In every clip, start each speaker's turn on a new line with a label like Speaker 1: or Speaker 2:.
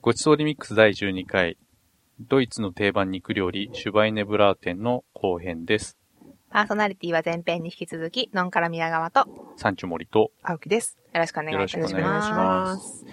Speaker 1: ごちそうリミックス第12回、ドイツの定番肉料理、シュバイネブラーテンの後編です。
Speaker 2: パーソナリティは前編に引き続き、ノンカラ宮川と、よ
Speaker 1: サンチュ森と、
Speaker 3: 青木です。。
Speaker 2: ろしくお願いいたし
Speaker 1: よろ
Speaker 2: ま
Speaker 1: し
Speaker 2: す。
Speaker 1: くお願いします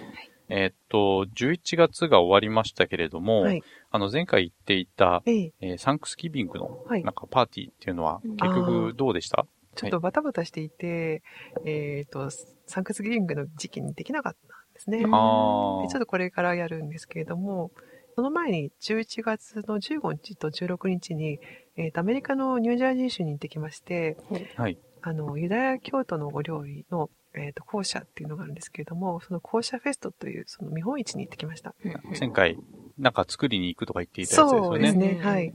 Speaker 1: えーっと、11月が終わりましたけれども、
Speaker 3: はい
Speaker 1: あの前回言っていた、
Speaker 3: ええ、
Speaker 1: えーサンクスギビングの、
Speaker 3: はい
Speaker 1: なんかパーティーっていうのは、
Speaker 2: うん
Speaker 1: 結局どうでした
Speaker 3: ちょっとバタバタしていて、えっ、と、サンクスギビングの時期にできなかったんですね。
Speaker 2: う
Speaker 3: で
Speaker 2: ん
Speaker 3: ち
Speaker 1: あ
Speaker 3: ょ
Speaker 1: あ
Speaker 3: っとこれからやるんですけれども、その前に11月の15日と16日に、えーとアメリカのニュージャージー州に行ってきまして、
Speaker 1: はい
Speaker 3: あの、ユダヤ教徒のお料理の、えっ、と、校舎っていうのがあるんですけれども、その校舎フェストという、その見本市に行ってきました。
Speaker 1: 前回、なんか作りに行くとか言っていたやつです
Speaker 3: そ
Speaker 1: よ
Speaker 3: うです
Speaker 1: ね。
Speaker 3: ね。
Speaker 2: うん
Speaker 3: はい。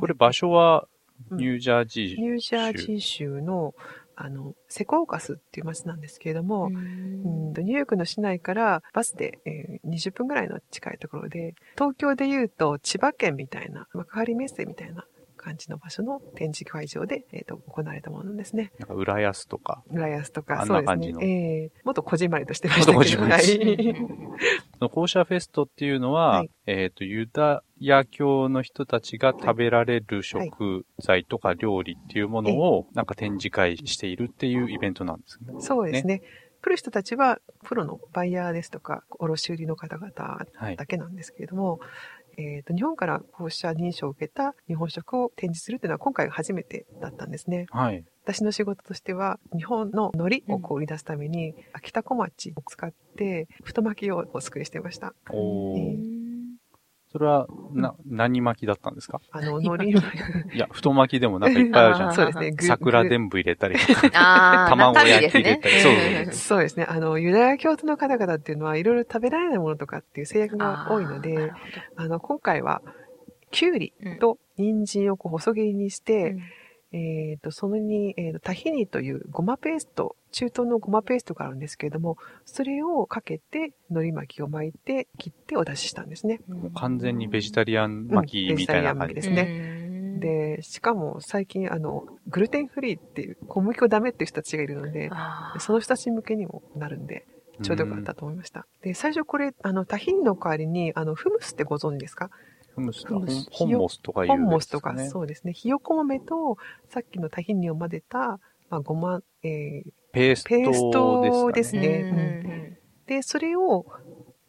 Speaker 1: これ場所は、
Speaker 3: うん
Speaker 1: ニュージャージー、
Speaker 3: ニュージャージー州のあのセコーカスっていう街なんですけれど
Speaker 2: う
Speaker 3: も、うん
Speaker 2: ん
Speaker 3: とニューヨークの市内からバスで、えー20分ぐらいの近いところで東京でいうと千葉県みたいな幕張メッセみたいな感じの場所の展示会場で、えー、と行われたものなんですね。
Speaker 1: なんか浦安とか、
Speaker 3: 浦安とか
Speaker 1: あん
Speaker 3: そ
Speaker 1: な
Speaker 3: うです
Speaker 1: 感じ
Speaker 3: ね
Speaker 1: の。
Speaker 3: えーもっとこじんまりとしてました
Speaker 1: もっとこ
Speaker 3: け
Speaker 1: じん
Speaker 3: ど、
Speaker 1: まりし
Speaker 3: はい
Speaker 1: その校舎フェストっていうのは、
Speaker 3: はい
Speaker 1: えっ、と、ユダヤ教の人たちが食べられる食材とか料理っていうものを、なんか展示会しているっていうイベントなんですね。
Speaker 3: そうですね。来る人たちはプロのバイヤーですとか卸売りの方々
Speaker 1: はい。
Speaker 3: だけなんですけれども、えーと日本からこうした認証を受けた日本食を展示するというのは今回が初めてだったんですね
Speaker 1: はい。
Speaker 3: 私の仕事としては日本の海苔をこう売り出すために秋田小町を使って太巻きをお作りしてました
Speaker 1: お
Speaker 3: え
Speaker 1: ー
Speaker 3: え
Speaker 1: それは、な、何巻きだったんですか
Speaker 3: あ の
Speaker 2: 太巻
Speaker 3: 海苔
Speaker 1: いや、太巻きでもなんかいっぱいあるじゃん
Speaker 2: あ。
Speaker 3: そうですねぐ
Speaker 1: 桜
Speaker 3: ぐ
Speaker 1: 伝部入れたりとか。
Speaker 2: あー
Speaker 1: 卵
Speaker 2: 中身
Speaker 1: 焼
Speaker 2: で
Speaker 1: き
Speaker 2: す
Speaker 1: 入れ
Speaker 2: ね
Speaker 1: たり。そう
Speaker 3: そうですねあのユダヤ教徒の方々っていうのはいろいろ食べられないものとかっていう制約が多いの
Speaker 2: あーな
Speaker 3: で
Speaker 2: るほ
Speaker 3: あの今回はきゅうり
Speaker 2: どうん
Speaker 3: と人参をこう細切りにして、
Speaker 2: うん
Speaker 3: えー、とそのに、えーとタヒニというごまペースト中東のごまペーストがあるんですけれどもそれをかけて海苔巻きを巻いて切ってお出ししたんですね。
Speaker 1: もう完全にベジタリアン巻きみたいな感じ
Speaker 3: うんベジタリアン巻きですね
Speaker 2: うん
Speaker 3: でしかも最近あのグルテンフリーっていう小麦粉ダメっていう人たちがいるので
Speaker 2: あー
Speaker 3: その人たち向けにもなるんでちょうどよかったと思いました。で最初これあのタヒニの代わりにあのフムスってご存知ですか
Speaker 1: うん。フムス
Speaker 2: フムス
Speaker 1: ホンモスとかいう
Speaker 3: ホ
Speaker 1: やつですね、
Speaker 3: ンモスとか、そうですねひよこ豆とさっきのタヒニを混ぜた、まあ、ごま、えー
Speaker 1: ペース
Speaker 3: ペース
Speaker 1: ト
Speaker 3: ト
Speaker 1: で
Speaker 3: ですす
Speaker 1: かね。
Speaker 3: ね
Speaker 2: うんうん
Speaker 3: でそれを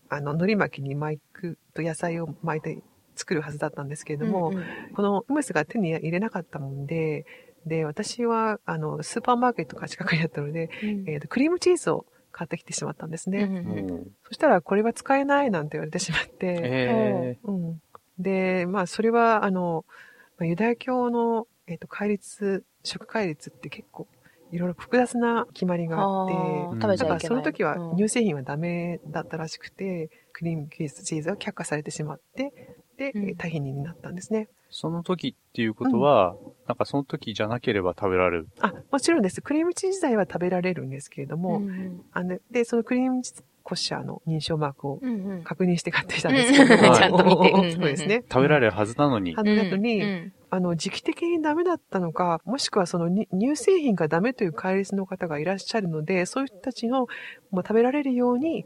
Speaker 3: あの海苔巻きに巻くと野菜を巻いて作るはずだったんですけれども、
Speaker 2: うんうん
Speaker 3: このフムスが手に入れなかったもんでで私はあのスーパーマーケットが近くにあったので、えーとクリームチーズを買ってきてしまったんですね、
Speaker 2: うんうん
Speaker 1: もう
Speaker 3: そしたらこれは使えないなんて言われてしまって、
Speaker 1: え
Speaker 3: うん、でまあそれはあのまあユダヤ教の、えー、と戒律食戒律って結構いろいろ複雑な決まりがあって。
Speaker 2: あ
Speaker 1: う
Speaker 2: ー
Speaker 1: ん
Speaker 2: 食べちゃ
Speaker 3: だか
Speaker 2: い
Speaker 3: ら
Speaker 2: け
Speaker 3: そ
Speaker 2: ない
Speaker 3: の時は
Speaker 2: うん
Speaker 3: 乳製品はダメだったらしくて、クリームチーズチーズは却下されてしまってで、
Speaker 2: うん
Speaker 3: タヒニになったんですね
Speaker 1: その時っていうことは、なんかその時じゃなければ食べられる。
Speaker 3: あもちろんですクリームチーズ自体は食べられるんですけれど
Speaker 2: う
Speaker 3: も、
Speaker 2: んうん
Speaker 3: あのでそのクリームチーズコッシャーの認証マークを
Speaker 2: うんうん
Speaker 3: 確認して買ってきたん ですけれども、
Speaker 1: うんちゃん
Speaker 2: と見て
Speaker 3: そうですね
Speaker 1: 食べられるはずなのに
Speaker 3: は。ずなのに、
Speaker 2: うん
Speaker 3: あの時期的にダメだったのかもしくはそのに乳製品がダメという戒律の方がいらっしゃるのでそういう人たちのもう食べられるように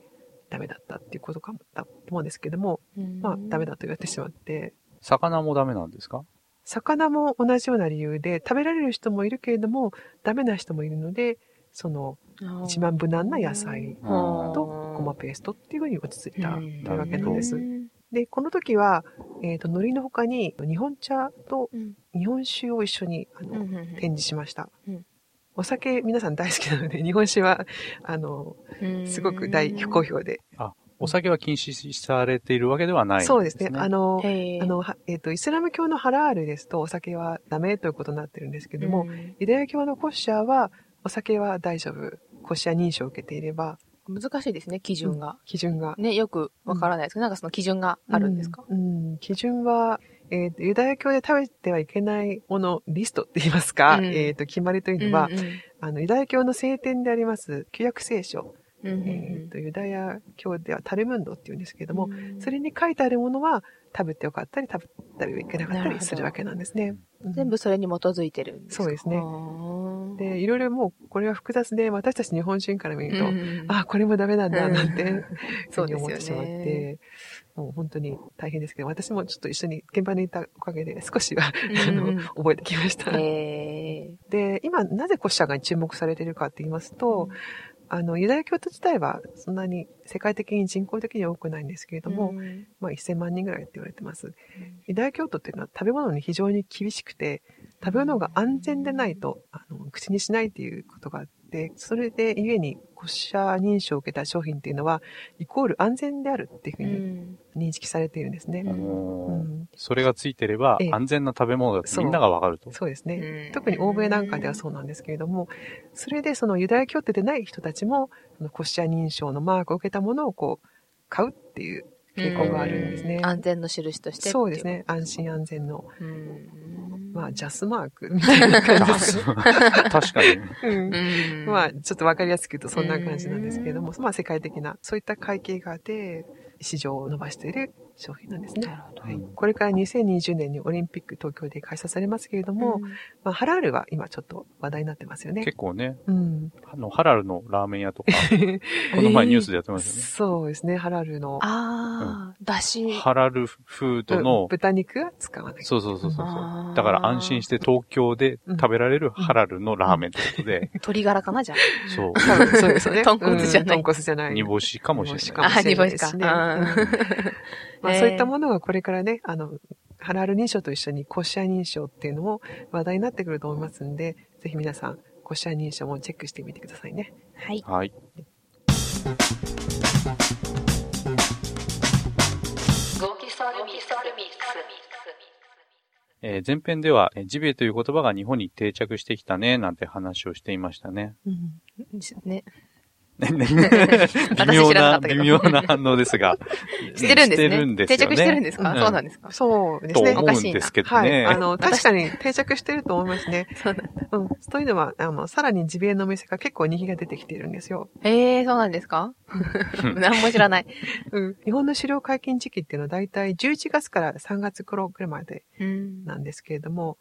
Speaker 3: ダメだったっていうことかもだと思うんですけれども
Speaker 2: うん
Speaker 3: まあ、ダメだと言われてしまって、
Speaker 1: 魚もダメなんですか
Speaker 3: 魚も同じような理由で、食べられる人もいるけれども、ダメな人もいるので、その、一番無難な野菜
Speaker 2: あー
Speaker 3: とごまペーストっていうふうに落ち着いたと
Speaker 2: うん
Speaker 3: いうわけなんです
Speaker 2: う。ん
Speaker 3: で、この時は、えっ、と、海苔の他に、日本茶と
Speaker 2: うん
Speaker 3: 日本酒を一緒に、あ
Speaker 2: うんう
Speaker 3: の、
Speaker 2: んうん
Speaker 3: 展示しました
Speaker 2: うん。
Speaker 3: お酒、皆さん大好きなので、日本酒は、あの、すごく大好評で。
Speaker 1: お酒は禁止されているわけではないん、
Speaker 3: そうですね。あの、
Speaker 2: へー
Speaker 3: あの、はえっ、と、イスラム教のハラールですと、お酒はダメということになってるんですけども、
Speaker 2: うん
Speaker 3: ユダヤ教のコッシャーはお酒は大丈夫コッシャー認証を受けていれば
Speaker 2: 難しいですね基準が、
Speaker 3: 基準が
Speaker 2: ねよくわからないですけど、なんかその基準があるんですか、
Speaker 3: うん、うん基準は、えーとユダヤ教で食べてはいけないものリストって言いますか、
Speaker 2: うん
Speaker 3: えーと決まりというのは、
Speaker 2: うんうん
Speaker 3: あのユダヤ教の聖典であります旧約聖書、
Speaker 2: うんうん
Speaker 3: えーとユダヤ教ではタルムンドっていうんですけれども、
Speaker 2: うん
Speaker 3: それに書いてあるものは食べてよかったり食べたりいけなかった
Speaker 2: なる
Speaker 3: り
Speaker 2: ほど
Speaker 3: するわけなんですね。うん
Speaker 2: 全部それに基づいてるんですか
Speaker 3: そうですね
Speaker 2: あー
Speaker 3: でいろいろもうこれは複雑で私たち日本人から見ると、
Speaker 2: うん
Speaker 3: あこれもダメなんだ
Speaker 2: うん
Speaker 3: なんてそ
Speaker 2: そうう
Speaker 3: に
Speaker 2: です
Speaker 3: 思
Speaker 2: よね
Speaker 3: ってしまって、もう本当に大変ですけど私もちょっと一緒に現場にいたおかげで少しはあ
Speaker 2: う
Speaker 3: の
Speaker 2: ん
Speaker 3: 覚えてきました。
Speaker 2: え
Speaker 3: で今なぜコッシャーが注目されているかって言います
Speaker 2: ー
Speaker 3: と、あのユダヤ教徒自体はそんなに世界的に人口的には多くないんですけれども、
Speaker 2: うん
Speaker 3: まあ、1000万人ぐらいって言われてます。ユダヤ教徒っていうのは食べ物に非常に厳しくて食べ物が安全でないとあの口にしないっていうことがあってそれで故にコッシャー認証を受けた商品っていうのはイコール安全であるっていうふ
Speaker 2: う
Speaker 3: うに
Speaker 2: ん
Speaker 3: 認識されているんですね。う
Speaker 1: おー
Speaker 3: ん、
Speaker 1: それがついてれば
Speaker 3: ええ
Speaker 1: 安全な食べ物だってみんながわかると。
Speaker 3: そうですね、
Speaker 2: うん
Speaker 3: 特に欧米なんかではそうなんですけれども、それでそのユダヤ教徒でない人たちも、そのコシア認証のマークを受けたものをこう、買うっていう傾向があるんですね
Speaker 2: う。安全の印としてってい
Speaker 3: そうですね。安心安全の、
Speaker 2: うん
Speaker 3: まあ、ジャスマークみたいな感じです
Speaker 1: 確かに。
Speaker 3: うん
Speaker 2: うん
Speaker 3: まあ、ちょっとわかりやすく言うとそんな感じなんですけれども、まあ、世界的な、そういった会計があって、市場を伸ばしている商品なんです
Speaker 2: な
Speaker 3: ね
Speaker 2: る。ほど
Speaker 3: はい、これから2020年にオリンピック東京で開催されますけれども、
Speaker 2: うん
Speaker 3: まあ、ハラールは今ちょっと話題になってますよね。
Speaker 1: 結構ね、
Speaker 3: うん、
Speaker 1: あの、ハラルのラーメン屋 とか、この前ニュースでやってましたよね。
Speaker 3: そうですね、ハラルの
Speaker 2: ああ、だし。
Speaker 1: ハラルフード
Speaker 3: うん
Speaker 1: の、
Speaker 3: 豚肉は使わない。
Speaker 1: そうそうそうそうそう。
Speaker 2: あー
Speaker 1: だから安心して東京で食べられるハラルのラーメンってこと で、
Speaker 2: 鶏ガラかなじゃ
Speaker 1: そう、
Speaker 3: 多分そうですよ ね。
Speaker 2: 豚骨じゃない
Speaker 3: うん豚骨じゃない。
Speaker 1: 煮干しかもしれ
Speaker 3: 煮干し
Speaker 1: ない
Speaker 2: あ。あ、煮
Speaker 3: かもしれな
Speaker 2: 干
Speaker 3: い
Speaker 2: し
Speaker 3: で
Speaker 2: か
Speaker 3: す。ね
Speaker 2: うん
Speaker 3: まあ、
Speaker 2: えー
Speaker 3: そういったものがこれからね、あの、ハラル認証と一緒にコシア認証っていうのも話題になってくると思いますんで、ぜひ皆さん、コシア認証もチェックしてみてくださいね。
Speaker 2: はい。
Speaker 1: はい。えー前編では、えージビエという言葉が日本に定着してきたね、なんて話をしていました ね。
Speaker 2: ね。
Speaker 1: 微
Speaker 2: 私
Speaker 1: 妙
Speaker 2: 知ら
Speaker 1: な、
Speaker 2: なかったけど
Speaker 1: 微妙な反応ですが。
Speaker 2: してるんで
Speaker 1: して
Speaker 2: すね。
Speaker 1: るんですよね
Speaker 2: 定着してるんですか、
Speaker 1: うん
Speaker 2: そうなんですか
Speaker 3: そうです
Speaker 1: と
Speaker 3: ね。
Speaker 1: 思うんですけど
Speaker 3: はい。
Speaker 1: ね。
Speaker 3: あの、確かに定着してると思いますね。
Speaker 2: そうなん
Speaker 3: うん。というのは、あの、さらにジビエのお店が結構人気が出てきているんですよ。
Speaker 2: ええそうなんですか何も知ら ない。
Speaker 3: うん。日本の狩猟解禁時期っていうのは大体11月から3月頃くらいまで
Speaker 2: うん
Speaker 3: なんですけれども、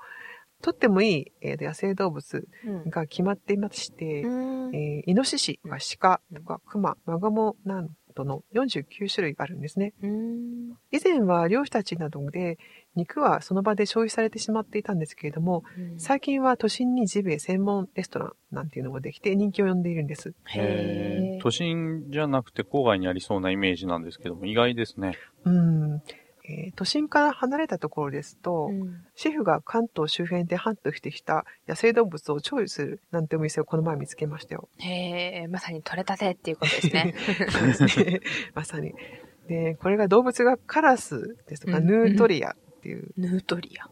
Speaker 3: とってもいい、えーと野生動物
Speaker 2: うん
Speaker 3: が決まっていまして、
Speaker 2: うん
Speaker 3: えーイノシシとか鹿とかクマ、マガモなどの49種類あるんですね。
Speaker 2: うん
Speaker 3: 以前は漁師たちなどで肉はその場で消費されてしまっていたんですけれども、最近は都心にジビエ専門レストランなんていうのもできて人気を呼んでいるんです。
Speaker 1: え
Speaker 2: へ
Speaker 1: ー
Speaker 2: ー
Speaker 1: 都心じゃなくて郊外にありそうなイメージなんですけども、意外ですね。
Speaker 3: うん。えー都心から離れたところですと、
Speaker 2: うん
Speaker 3: シェフが関東周辺でハントしてきた野生動物を調理するなんてお店をこの前見つけ ましたよ。
Speaker 2: へえまさに取れたてっていうことです ね。
Speaker 3: まさに。で、これが動物がカラスですとか、
Speaker 2: うん
Speaker 3: ヌートリアっていう、
Speaker 2: ヌートリア。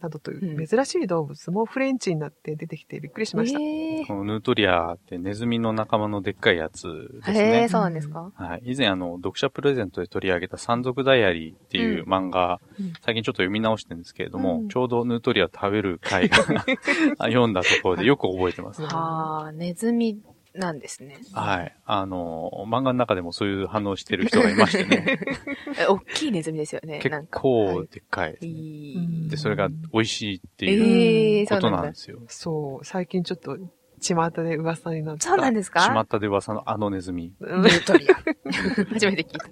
Speaker 3: などといううん珍しい動物もフレンチになって出てきてびっくりしました。
Speaker 2: え
Speaker 1: このヌートリアってネズミの仲間のでっかいやつです
Speaker 2: へ
Speaker 1: ね
Speaker 2: え。そうなんですか、
Speaker 1: はい。以前、あの、読者プレゼントで取り上げた山賊ダイアリーっていう漫画、
Speaker 3: うん
Speaker 1: 最近ちょっと読み直してるんですけれども、
Speaker 3: うん
Speaker 1: ちょうどヌートリアを食べる回が 読んだところでよく覚えてます。
Speaker 3: う ん
Speaker 2: はあ、ネズミなんですね。
Speaker 1: はい。あの、漫画の中でもそういう反応してる人がいましてね、
Speaker 2: え大きいネズミですよね。な
Speaker 1: 結
Speaker 2: んか。
Speaker 1: 構でっかいです
Speaker 2: い
Speaker 1: ね、
Speaker 2: い。
Speaker 1: で、それが美味しいっていう
Speaker 2: ええ
Speaker 1: こ
Speaker 2: そう
Speaker 1: と
Speaker 2: な
Speaker 1: なんん
Speaker 2: だ
Speaker 1: で。すよ。
Speaker 3: そう、最近ちょっと巷で噂になった。
Speaker 2: そうなんですか
Speaker 1: しまったで噂のあのネズミ。
Speaker 3: うん
Speaker 2: ヌートリア。 初めて聞いた。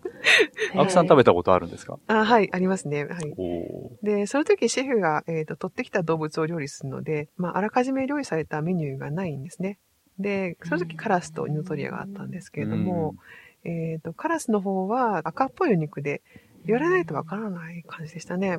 Speaker 1: 青木さん食
Speaker 2: べ
Speaker 1: べたことあるんですか
Speaker 3: あはい、ありますね。はい。
Speaker 1: おお
Speaker 3: で、その時シェフが、えーと取ってきた動物を料理するので、まあ、あらかじめ料理されたメニューがないんですね。で、その時カラスとニュートリアがあったんですけれども、えーとカラスの方は赤っぽいお肉で、言われないとわからない感じでしたね。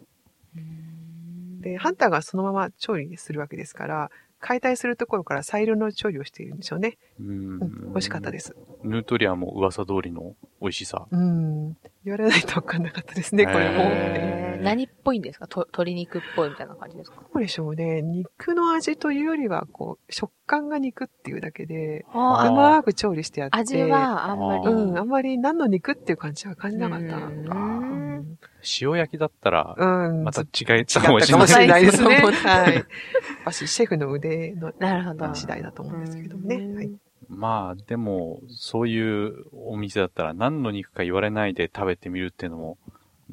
Speaker 3: で、ハンターがそのまま調理するわけですから、解体するところから最良の調理をしているんでしょうね。
Speaker 1: うん。
Speaker 3: うん、美味しかったですす。
Speaker 1: ヌートリアも噂通りの美味しさ。
Speaker 3: うん。言われないとわかんなかったですね、これも。
Speaker 1: へー
Speaker 2: 何っぽいんですかと鶏肉っぽいみたいな感じですか
Speaker 3: どうでしょうね。肉の味というよりは、こう、食感が肉っていうだけで、
Speaker 1: あー
Speaker 3: う
Speaker 2: あ
Speaker 3: まく調理してやって。
Speaker 2: 味はあんまり。
Speaker 1: あ
Speaker 3: うん、あんまり何の肉っていう感じは感じなかった。
Speaker 2: う
Speaker 3: うん
Speaker 2: ん。
Speaker 1: 塩焼きだったら、
Speaker 3: うん。
Speaker 1: また
Speaker 3: 違っ
Speaker 1: 違え
Speaker 3: た
Speaker 1: たか
Speaker 3: か
Speaker 1: も
Speaker 3: も
Speaker 1: し
Speaker 3: し
Speaker 1: れ
Speaker 3: れ
Speaker 1: な
Speaker 3: ないい。
Speaker 2: 違ったかもしれない
Speaker 3: で
Speaker 2: ですすね
Speaker 3: ね。はい。 やっぱし、シェフの腕の
Speaker 2: なるほど。
Speaker 3: 次第だと思うんですけども
Speaker 2: う
Speaker 3: ね。
Speaker 2: ん
Speaker 3: はい。
Speaker 1: まあ、でも、そういうお店だったら何の肉か言われないで食べてみるっていうのも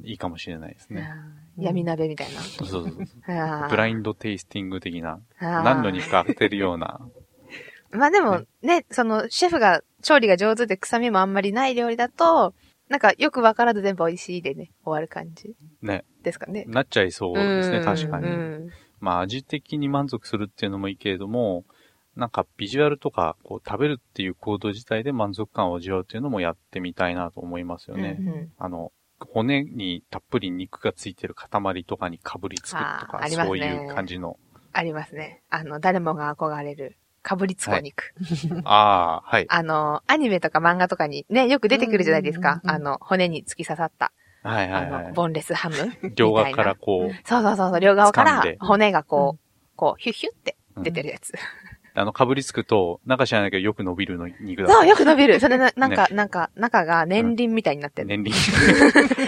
Speaker 1: いいかもしれないですね。
Speaker 2: うん闇鍋みたい
Speaker 1: そうそうそうそう
Speaker 2: な。あー
Speaker 1: ブラインドテイスティング的な、
Speaker 2: あー
Speaker 1: 何度にか当てるような。
Speaker 2: まあでもね、その、シェフが調理が上手で臭みもあんまりない料理だと、なんかよくわからず全部美味しいでね、終わる感じ
Speaker 1: ね、
Speaker 2: ですかね。
Speaker 1: なっちゃいそうですね、
Speaker 2: ん
Speaker 1: 確かに。
Speaker 2: うん
Speaker 1: まあ味的に満足するっていうのもいいけれども、なんかビジュアルとか、こう食べるっていう行動自体で満足感を味わうっていうのもやってみたいなと思いますよね。
Speaker 2: うんうん
Speaker 1: あの、骨にたっぷり肉がついてる塊とかにかぶりつくと
Speaker 2: あ
Speaker 1: か
Speaker 2: ー、あります
Speaker 1: そう
Speaker 2: ね
Speaker 1: いう感じの。
Speaker 2: ありますね。あの、誰もが憧れる、かぶりつこ肉。
Speaker 1: ああ、はい。
Speaker 2: あの、アニメとか漫画とかにね、よく出てくるじゃないですか。
Speaker 3: うんうん
Speaker 2: あ
Speaker 3: うん
Speaker 2: の、骨に突き刺さった、
Speaker 1: はいはい
Speaker 2: あ
Speaker 1: は
Speaker 2: の、
Speaker 1: い。
Speaker 2: ボンレスハム。
Speaker 1: 両側からこう、
Speaker 2: そうそうそうそう、両側か
Speaker 1: 掴ん
Speaker 2: ら
Speaker 1: で
Speaker 2: 骨がこう、
Speaker 3: う
Speaker 2: こう、ヒュッヒュって
Speaker 1: うん
Speaker 2: 出てるやつ。
Speaker 1: あの、かぶりつくと、なんか知らないけどよく伸びるの肉だ。
Speaker 2: そう、よく伸びる。それな、なんか、なんか、中が年輪みたいになってる。
Speaker 1: 年輪。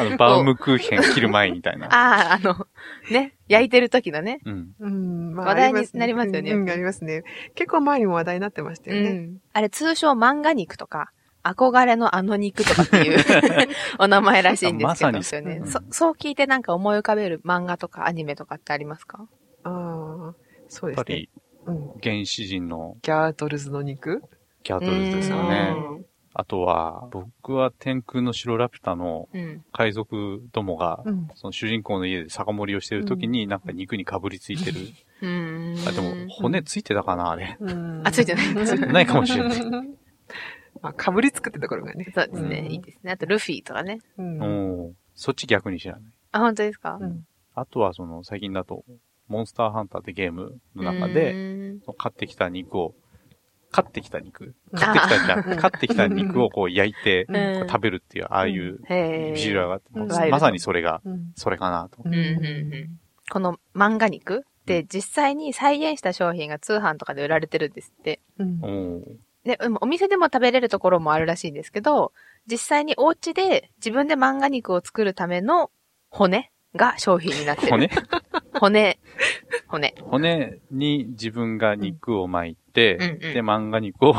Speaker 1: あの、バウムクーヘン切る前みたいな。
Speaker 2: ああ、あの、ね、焼いてる時のね。
Speaker 1: うん。
Speaker 3: うん、ま
Speaker 2: 話題に
Speaker 3: あり
Speaker 2: なりますよね
Speaker 3: うん、うんありますね。結構前にも話題になってました
Speaker 2: う
Speaker 3: よね。
Speaker 2: ん。あれ、通称漫画肉とか、憧れのあの肉とかって いうお名前らしいんですけど。
Speaker 1: あまさに
Speaker 2: そうね
Speaker 1: うん
Speaker 2: そそう聞いてなんか思い浮かべる漫画とかアニメとかってありますか
Speaker 3: ああ、そう
Speaker 1: やっぱ
Speaker 3: ですね。
Speaker 1: り、
Speaker 3: うん。
Speaker 1: 原始人の
Speaker 3: ギャートルズの肉
Speaker 1: キャトルズですよね。あとは、僕は天空の城ラピュタの
Speaker 2: うん。
Speaker 1: 海賊どもが、
Speaker 3: うん。
Speaker 1: その主人公の家で酒盛りをしてる時に、なんか肉にかぶりついてる。
Speaker 2: うん。
Speaker 1: あ、でも、骨ついてたかな、あれ。
Speaker 3: うん
Speaker 2: あついてない
Speaker 1: ついてないかもしれない。
Speaker 3: まあ、かぶりつくってところがね。
Speaker 2: そうですね、
Speaker 3: うん
Speaker 2: いいですね。あと、ルフィとかね。
Speaker 3: う。
Speaker 1: うんん。そっち逆に知らない。
Speaker 2: あ、本当ですか
Speaker 3: うん
Speaker 1: あとは、その、最近だと、モンスターハンターってゲームの中で、
Speaker 2: うん
Speaker 1: その買ってきた肉を、買ってきた肉買ってきたじゃん
Speaker 3: あー
Speaker 1: 買ってきた肉をこう焼いて、
Speaker 3: うん
Speaker 1: こう食べるっていう、ああいう
Speaker 2: へー
Speaker 1: ビジュアルがあって、もう
Speaker 3: うん
Speaker 1: まさにそれが、
Speaker 3: うん。
Speaker 1: それかなと。
Speaker 3: うん
Speaker 2: うんうんこの漫画肉って実際に再現した商品が通販とかで売られてるんですって。
Speaker 3: うん
Speaker 1: おー
Speaker 2: で、でもお店でも食べれるところもあるらしいんですけど、実際にお家で自分で漫画肉を作るための骨が商品になってる。
Speaker 1: 骨
Speaker 2: 骨。骨。
Speaker 1: 骨に自分が肉を巻いて、
Speaker 2: うんうん
Speaker 1: で、漫画肉を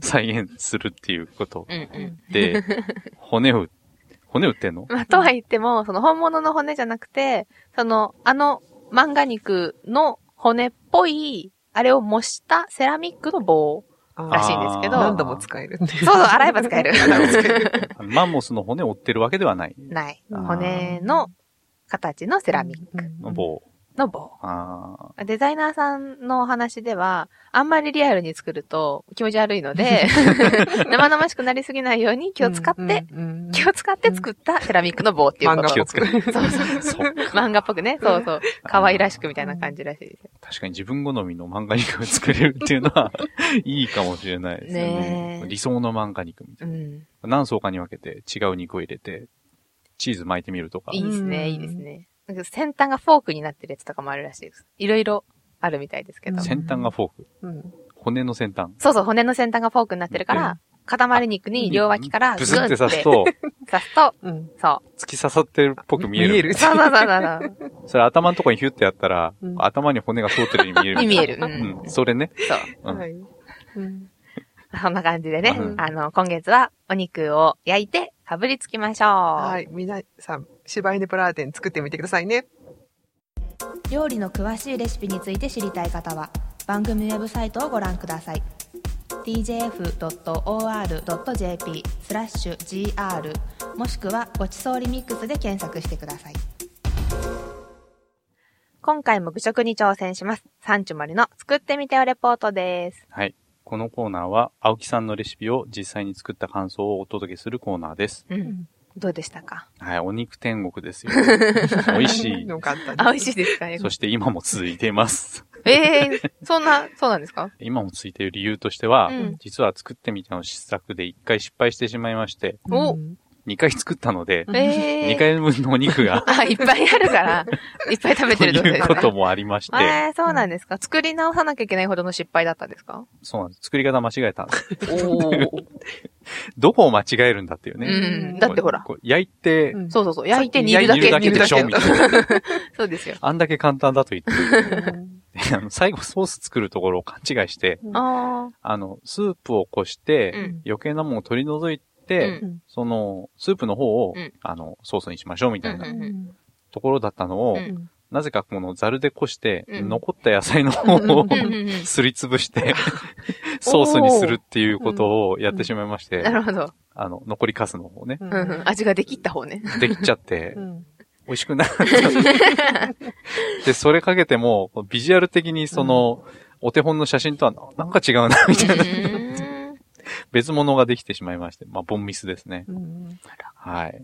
Speaker 1: 再現するっていうこと
Speaker 2: うんうん。
Speaker 1: で、骨を、骨売ってんの
Speaker 2: まあ、とは言っても、その本物の骨じゃなくて、その、あの漫画肉の骨っぽい、あれを模したセラミックの棒らしいんですけど。
Speaker 1: あー
Speaker 3: 何度も 使えるんで。
Speaker 2: そうそう、洗えば使える。
Speaker 1: あのマンモスの骨を折ってるわけではない。
Speaker 2: ない。
Speaker 1: あー
Speaker 2: 骨の形のセラミック
Speaker 3: ク
Speaker 1: の棒。
Speaker 2: の棒。
Speaker 1: あ
Speaker 2: デザイナーさんのお話では、あんまりリアルに作ると気持ち悪いので、生々しくなりすぎないように気を使って、、
Speaker 3: うん
Speaker 2: 気を使って作ったセラミックの棒っていう
Speaker 3: 漫
Speaker 2: こ
Speaker 3: 画
Speaker 2: と。
Speaker 1: 気をつけて
Speaker 2: そう そう。
Speaker 1: あ。そう。
Speaker 2: 漫画っぽくね。そうそう。可愛らしくみたいな感じらしいですよ。
Speaker 1: 確かに自分好みの漫画肉を作れるっていうのは、 いいかもしれないですよね
Speaker 2: ね。え
Speaker 1: 理想の漫画肉みたい
Speaker 2: うん。
Speaker 1: な。何層かに分けて違う肉を入れて、チーズ巻いてみるとか。
Speaker 2: いいです
Speaker 3: うん
Speaker 2: ね、いいですね。なんか先端がフォークになってるやつとかもあるらしいです。いろいろあるみたいですけど。
Speaker 3: うん
Speaker 1: 先端がフォーク。
Speaker 3: うん
Speaker 1: 骨の先端。
Speaker 2: そうそう、骨の先端がフォークになってるから、塊肉に両脇からグ
Speaker 1: ブスっ
Speaker 2: ンってて
Speaker 1: 刺
Speaker 2: 刺
Speaker 1: す
Speaker 2: す
Speaker 1: と、
Speaker 2: と、
Speaker 3: うん。
Speaker 2: そう。
Speaker 1: 突き刺さってるっぽく見える。
Speaker 3: 見える
Speaker 2: そうそうそうそう
Speaker 1: それ頭のとこにヒュってやったら、
Speaker 3: うん
Speaker 1: 頭に骨が通ってるように見える
Speaker 2: そう。
Speaker 1: み たい
Speaker 2: 見える。う
Speaker 1: な。
Speaker 2: ん
Speaker 1: うん。。それね。
Speaker 2: そう。
Speaker 1: うん
Speaker 3: はい。うん
Speaker 2: そんな感じでね
Speaker 1: う、
Speaker 3: ん
Speaker 2: あの、今月はお肉を焼いて、かぶりつきましょう。
Speaker 3: はい。皆さん、芝居でプラーテン作ってみてくださいね。
Speaker 4: 料理の詳しいレシピについて知りたい方は番組ウェブサイトをご覧ください tjf.or.jp スラッシュ gr もしくはごちそうリミックスで検索してください
Speaker 2: 今回も愚食に挑戦します。サンチュマリの作ってみてよレポートです。
Speaker 1: はい。このコーナーは、青木さんのレシピを実際に作った感想をお届けするコーナーです。
Speaker 2: うん。どうでしたか
Speaker 1: はい。お肉天国 ですよ。美味しい。
Speaker 3: よかったです。
Speaker 2: あ、美味しいですかね
Speaker 1: そして今も続いています。
Speaker 2: ええそんな、そうなんですか
Speaker 1: 今も続いている理由としては、
Speaker 2: うん
Speaker 1: 実は作ってみたの試作で1回失敗してしまいまして、
Speaker 2: お
Speaker 3: うん
Speaker 1: 2回作ったので、
Speaker 2: ええ、
Speaker 1: 2回分のお肉が
Speaker 2: あ、いっぱいあ るから、いっぱ い食べ
Speaker 1: と
Speaker 2: てるって
Speaker 1: いう
Speaker 2: です
Speaker 1: こと
Speaker 2: か
Speaker 1: もありまして、
Speaker 2: ええそうなんですか作り直さなきゃいけないほどの失敗だったんですか
Speaker 1: そうなんです。作り方間違えたんです。
Speaker 2: おお。
Speaker 1: どこを間違えるんだっていうね。
Speaker 2: うん。だってほら。
Speaker 1: こう焼いて、
Speaker 3: うん
Speaker 2: そうそうそう。焼いて煮るだけ。
Speaker 1: 煮るだけでしょ
Speaker 2: 煮る
Speaker 1: み
Speaker 2: だ
Speaker 1: た
Speaker 2: け
Speaker 1: いな。
Speaker 2: そうですよ。
Speaker 1: あんだけ簡単だと言って
Speaker 3: うん
Speaker 1: て、あの最後ソース作るところを勘違いして、
Speaker 2: ああ。
Speaker 1: あの、スープをこし
Speaker 2: う
Speaker 1: て、
Speaker 2: ん。
Speaker 1: 余計なものを取り除いて、
Speaker 2: うん
Speaker 1: その、スープの方を、
Speaker 2: うん
Speaker 1: あの、ソースにしましょうみたい
Speaker 2: うん
Speaker 1: な
Speaker 2: うん
Speaker 1: ところだったのを、
Speaker 2: うん
Speaker 1: なぜかこのザルでこして、
Speaker 2: うん
Speaker 1: 残った野菜の方を
Speaker 2: うんうんうんう
Speaker 1: すりつぶ して、ソースにするっていうことをやってしまいまして、
Speaker 2: んなるほど。
Speaker 1: あの、残りカスの方をね、
Speaker 3: うん
Speaker 2: うんうん味ができった方ね。
Speaker 1: できちゃって、
Speaker 3: うん
Speaker 1: 美味しくなか った。で、それかけても、ビジュアル的にその、お手本の写真とはなんか違うな、 みたいな。別物ができてしまいまして。まあ、ボンミスですね。
Speaker 3: うん
Speaker 1: はい。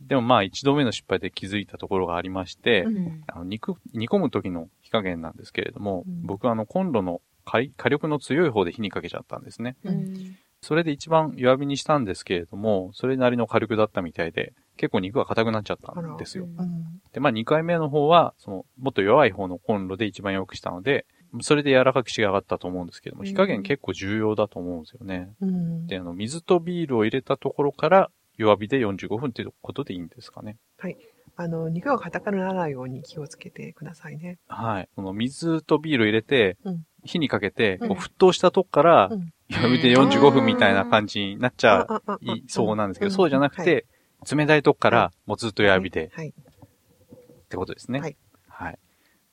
Speaker 1: でもまあ、一度目の失敗で気づいたところがありまして、
Speaker 2: うん
Speaker 1: あの肉、煮込む時の火加減なんですけれども、
Speaker 3: うん
Speaker 1: 僕はあの、コンロの火火力の強い方で火にかけちゃったんですね。
Speaker 2: う
Speaker 3: うん
Speaker 1: それで一番弱火にしたんですけれども、それなりの火力だったみたいで、結構肉が硬くなっちゃったんですよ。
Speaker 3: うん
Speaker 1: で、まあ2回目の方は、その、もっと弱い方のコンロで一番弱くしたので、それで柔らかく仕上がったと思うんですけども、
Speaker 3: うん
Speaker 1: 火加減結構重要だと思うんですよね。
Speaker 3: うん
Speaker 1: で、あの、水とビールを入れたところから弱火で45分っていうことでいいんですかね。
Speaker 3: あの肉が硬くならないように気をつけてくださいね。
Speaker 1: はい。この水とビール入れて
Speaker 3: うん、
Speaker 1: 火にかけて、こう
Speaker 3: うん
Speaker 1: 沸騰したとこから
Speaker 3: うん
Speaker 1: 弱火で45分みたいな感じになっちゃ
Speaker 3: ああああ
Speaker 1: いそうなんですけど、
Speaker 3: ん
Speaker 1: そうじゃなくて、冷たいとこからもうずっと
Speaker 3: はい
Speaker 1: 弱火で
Speaker 3: はい。
Speaker 1: ってことですね。
Speaker 3: はい。
Speaker 1: はい。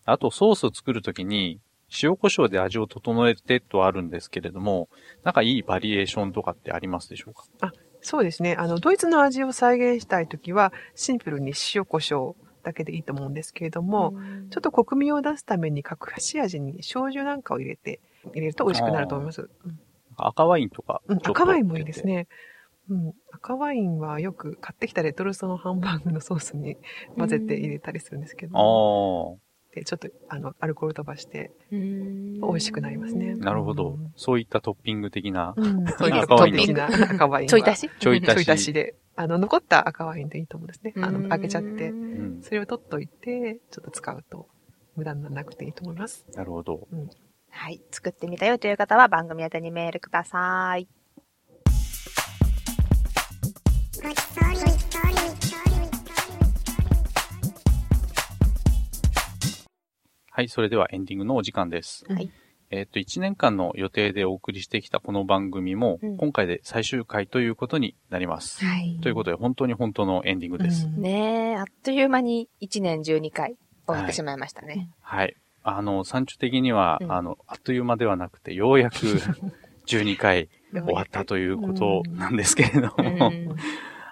Speaker 1: あと、ソースを作るときに、塩胡椒で味を整えてとあるんですけれども、なんかいいバリエーションとかってありますでしょうか
Speaker 3: そうですね。あのドイツの味を再現したいときはシンプルに塩コショウだけでいいと思うんですけれども、ちょっとコク味を出すために隠し味に醤油なんかを入れて入れると美味しくなると思います。うん
Speaker 1: 赤ワインとか。
Speaker 3: うん、
Speaker 1: ちょっと
Speaker 3: 赤ワインもいいです。ね。うん、赤ワインはよく買ってきたレトルトのハンバーグのソースに混ぜて入れたりするんですけど
Speaker 1: ああ、
Speaker 3: も、でちょっとあのアルコール飛ばして
Speaker 2: 美
Speaker 3: 美味しくなりますね
Speaker 1: なるほど
Speaker 3: うん。
Speaker 1: そういったトッピング的な。
Speaker 3: うん、
Speaker 2: そうです
Speaker 1: 赤ワインの
Speaker 3: 好きな赤ワインは。
Speaker 2: ちょい足し
Speaker 1: ちょい足し
Speaker 3: ちょい足しで。あの、残った赤ワインでいいと思うんですね。あの、あげちゃって。
Speaker 1: う
Speaker 2: うん
Speaker 1: ん。
Speaker 3: それを取っといて、ちょっと使うと無駄にならなくていいと思います。
Speaker 1: なるほど。
Speaker 4: はい。作ってみたよという方は番組宛てにメールください。
Speaker 1: はい、それではエンディングのお時間です。
Speaker 2: はい。
Speaker 1: えっと、1年間の予定でお送りしてきたこの番組も
Speaker 2: うん、
Speaker 1: 今回で最終回ということになります。
Speaker 2: はい。
Speaker 1: ということで、本当に本当のエンディングです。
Speaker 3: うん
Speaker 2: ねえ、あっという間に1年12回終わってしまいましたね。
Speaker 1: はい。あの、山中的には、
Speaker 2: うん
Speaker 1: あの、あっという間ではなくて、よう やく12回終わったということなんですけれども、
Speaker 2: うん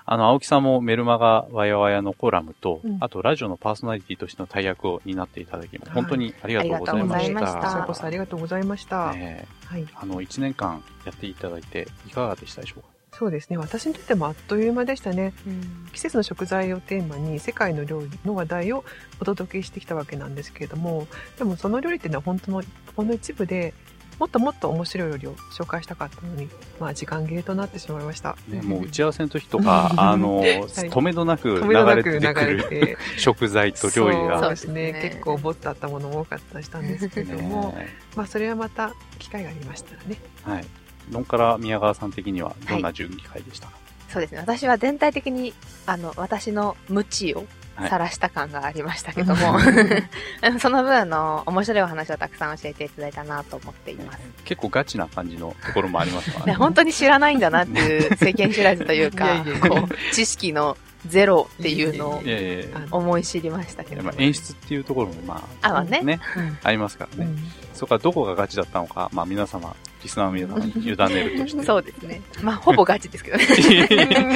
Speaker 1: あの、青木さんもメルマガわやわやのコラムと、
Speaker 3: うん
Speaker 1: あとラジオのパーソナリティとしての大役を担っていただき、
Speaker 3: い
Speaker 1: 本当にありがとうございま
Speaker 3: あ
Speaker 1: し
Speaker 3: り
Speaker 1: た。
Speaker 3: が
Speaker 2: とうございまし
Speaker 3: こ
Speaker 2: た
Speaker 3: ちらこそありがとうございました。
Speaker 1: ねえ
Speaker 3: はい。
Speaker 1: あの、1年間やっていただいて、いかがでしたでしょうか
Speaker 3: そうですね。私にとってもあっという間でしたね。
Speaker 2: うん
Speaker 3: 季節の食材をテーマに世界の料理の話題をお届けしてきたわけなんですけれどもでもその料理っていうのは本当のほんの一部でもっともっと面白い料理を紹介したかったのに、まあ、時間切れとなってしまいました。
Speaker 1: ね、
Speaker 2: うん
Speaker 1: もう打ち合わせの時と か、あの、止めどなく
Speaker 3: 止
Speaker 1: 流
Speaker 3: めどな
Speaker 1: れて
Speaker 3: く流
Speaker 1: てく
Speaker 3: れ
Speaker 1: る
Speaker 3: て
Speaker 1: 食材と料理
Speaker 3: そう
Speaker 1: が。
Speaker 3: ですね
Speaker 2: そうですね
Speaker 3: 結構ボッとあったものも多かったりしたんですけれども、
Speaker 1: ね
Speaker 3: まあ、それはまた機会がありましたらね
Speaker 1: はい。のんから宮川さん的にはどんな準備会でしたか、
Speaker 2: そうですね。私は全体的に、あの、私の無知を
Speaker 1: はい
Speaker 2: 晒した感がありましたけども、 その分、あの、面白いお話をたくさん教えていただいたなと思っています。
Speaker 1: 結構ガチな感じのところもありますから
Speaker 2: ね
Speaker 1: ね。
Speaker 2: 本当に知らないんだなっていう、世間知らずという
Speaker 3: い
Speaker 2: か
Speaker 3: やいやい、や
Speaker 2: こう、知識のゼロっていうのを
Speaker 1: いやいやい
Speaker 3: あの
Speaker 2: 思い知りましたけ
Speaker 1: や、
Speaker 2: ど
Speaker 1: ま
Speaker 2: も
Speaker 1: あ、。演出っていうところもま
Speaker 2: あはね
Speaker 1: あ、。ね、ありますから
Speaker 3: う
Speaker 1: ね。
Speaker 3: ん
Speaker 1: そこからどこがガチだったのか、まあ皆様、リスナーの皆様に委ねるとして。
Speaker 2: そうですね。まあ、ほぼガチですけどね。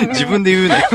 Speaker 1: 自分で言うなよ。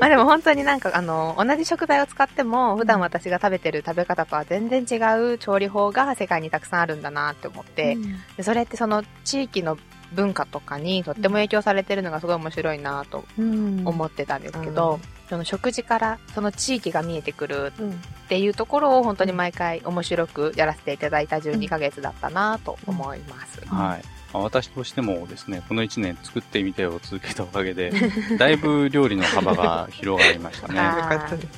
Speaker 2: まあでも本当になんかあの、同じ食材を使っても、普段私が食べてる食べ方とは全然違う調理法が世界にたくさんあるんだなって思って、でそれってその地域の文化とかにとっても影響されてるのがすごい面白いなと
Speaker 3: うん
Speaker 2: 思ってたんですけど、
Speaker 3: うん
Speaker 2: その食事からその地域が見えてくる
Speaker 3: うん
Speaker 2: っていうところを本当に毎回面白くやらせていただいた12ヶ月だったなと思います。
Speaker 1: はい。まあ私としてもですね、この1年作ってみてを続けたおかげで、だいぶ料理の幅が広がりましたね。
Speaker 2: あ
Speaker 1: は
Speaker 3: よかったで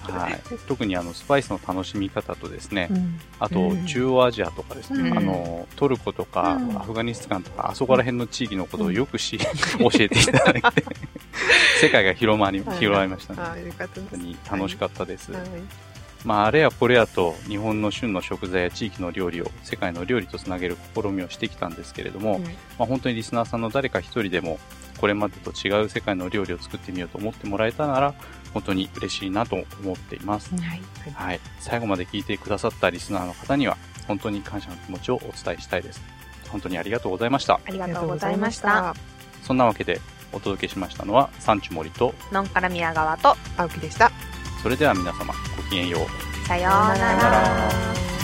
Speaker 3: す、
Speaker 1: い。特にあの、スパイスの楽しみ方とですね
Speaker 3: う、ん
Speaker 1: あと
Speaker 3: うん
Speaker 1: 中央アジアとかですね、
Speaker 2: うん
Speaker 1: あのトルコとか、
Speaker 3: うん
Speaker 1: アフガニスタンとかあそこら辺の地域のことをよくし、教えていただい て世界が広まり
Speaker 3: はい
Speaker 1: 広がりましたね、
Speaker 3: あーよかったです
Speaker 1: 本当に楽しかったです、
Speaker 3: はい
Speaker 1: まあ、あれやこれやと日本の旬の食材や地域の料理を世界の料理とつなげる試みをしてきたんですけれども、
Speaker 2: うん
Speaker 1: まあ、本当にリスナーさんの誰か一人でもこれまでと違う世界の料理を作ってみようと思ってもらえたなら、本当に嬉しいなと思っています。
Speaker 2: はい。
Speaker 1: はい。最後まで聞いてくださったリスナーの方には、本当に感謝の気持ちをお伝えしたいです。本当にありがとうございました。
Speaker 2: ありがとうございました。。
Speaker 1: そんなわけで、お届けしましたのは、サンチュモリと、
Speaker 2: のんから宮川と、
Speaker 3: 青木でした。
Speaker 1: それでは皆様、ごきげんよう。
Speaker 2: さような
Speaker 3: さような
Speaker 2: ら。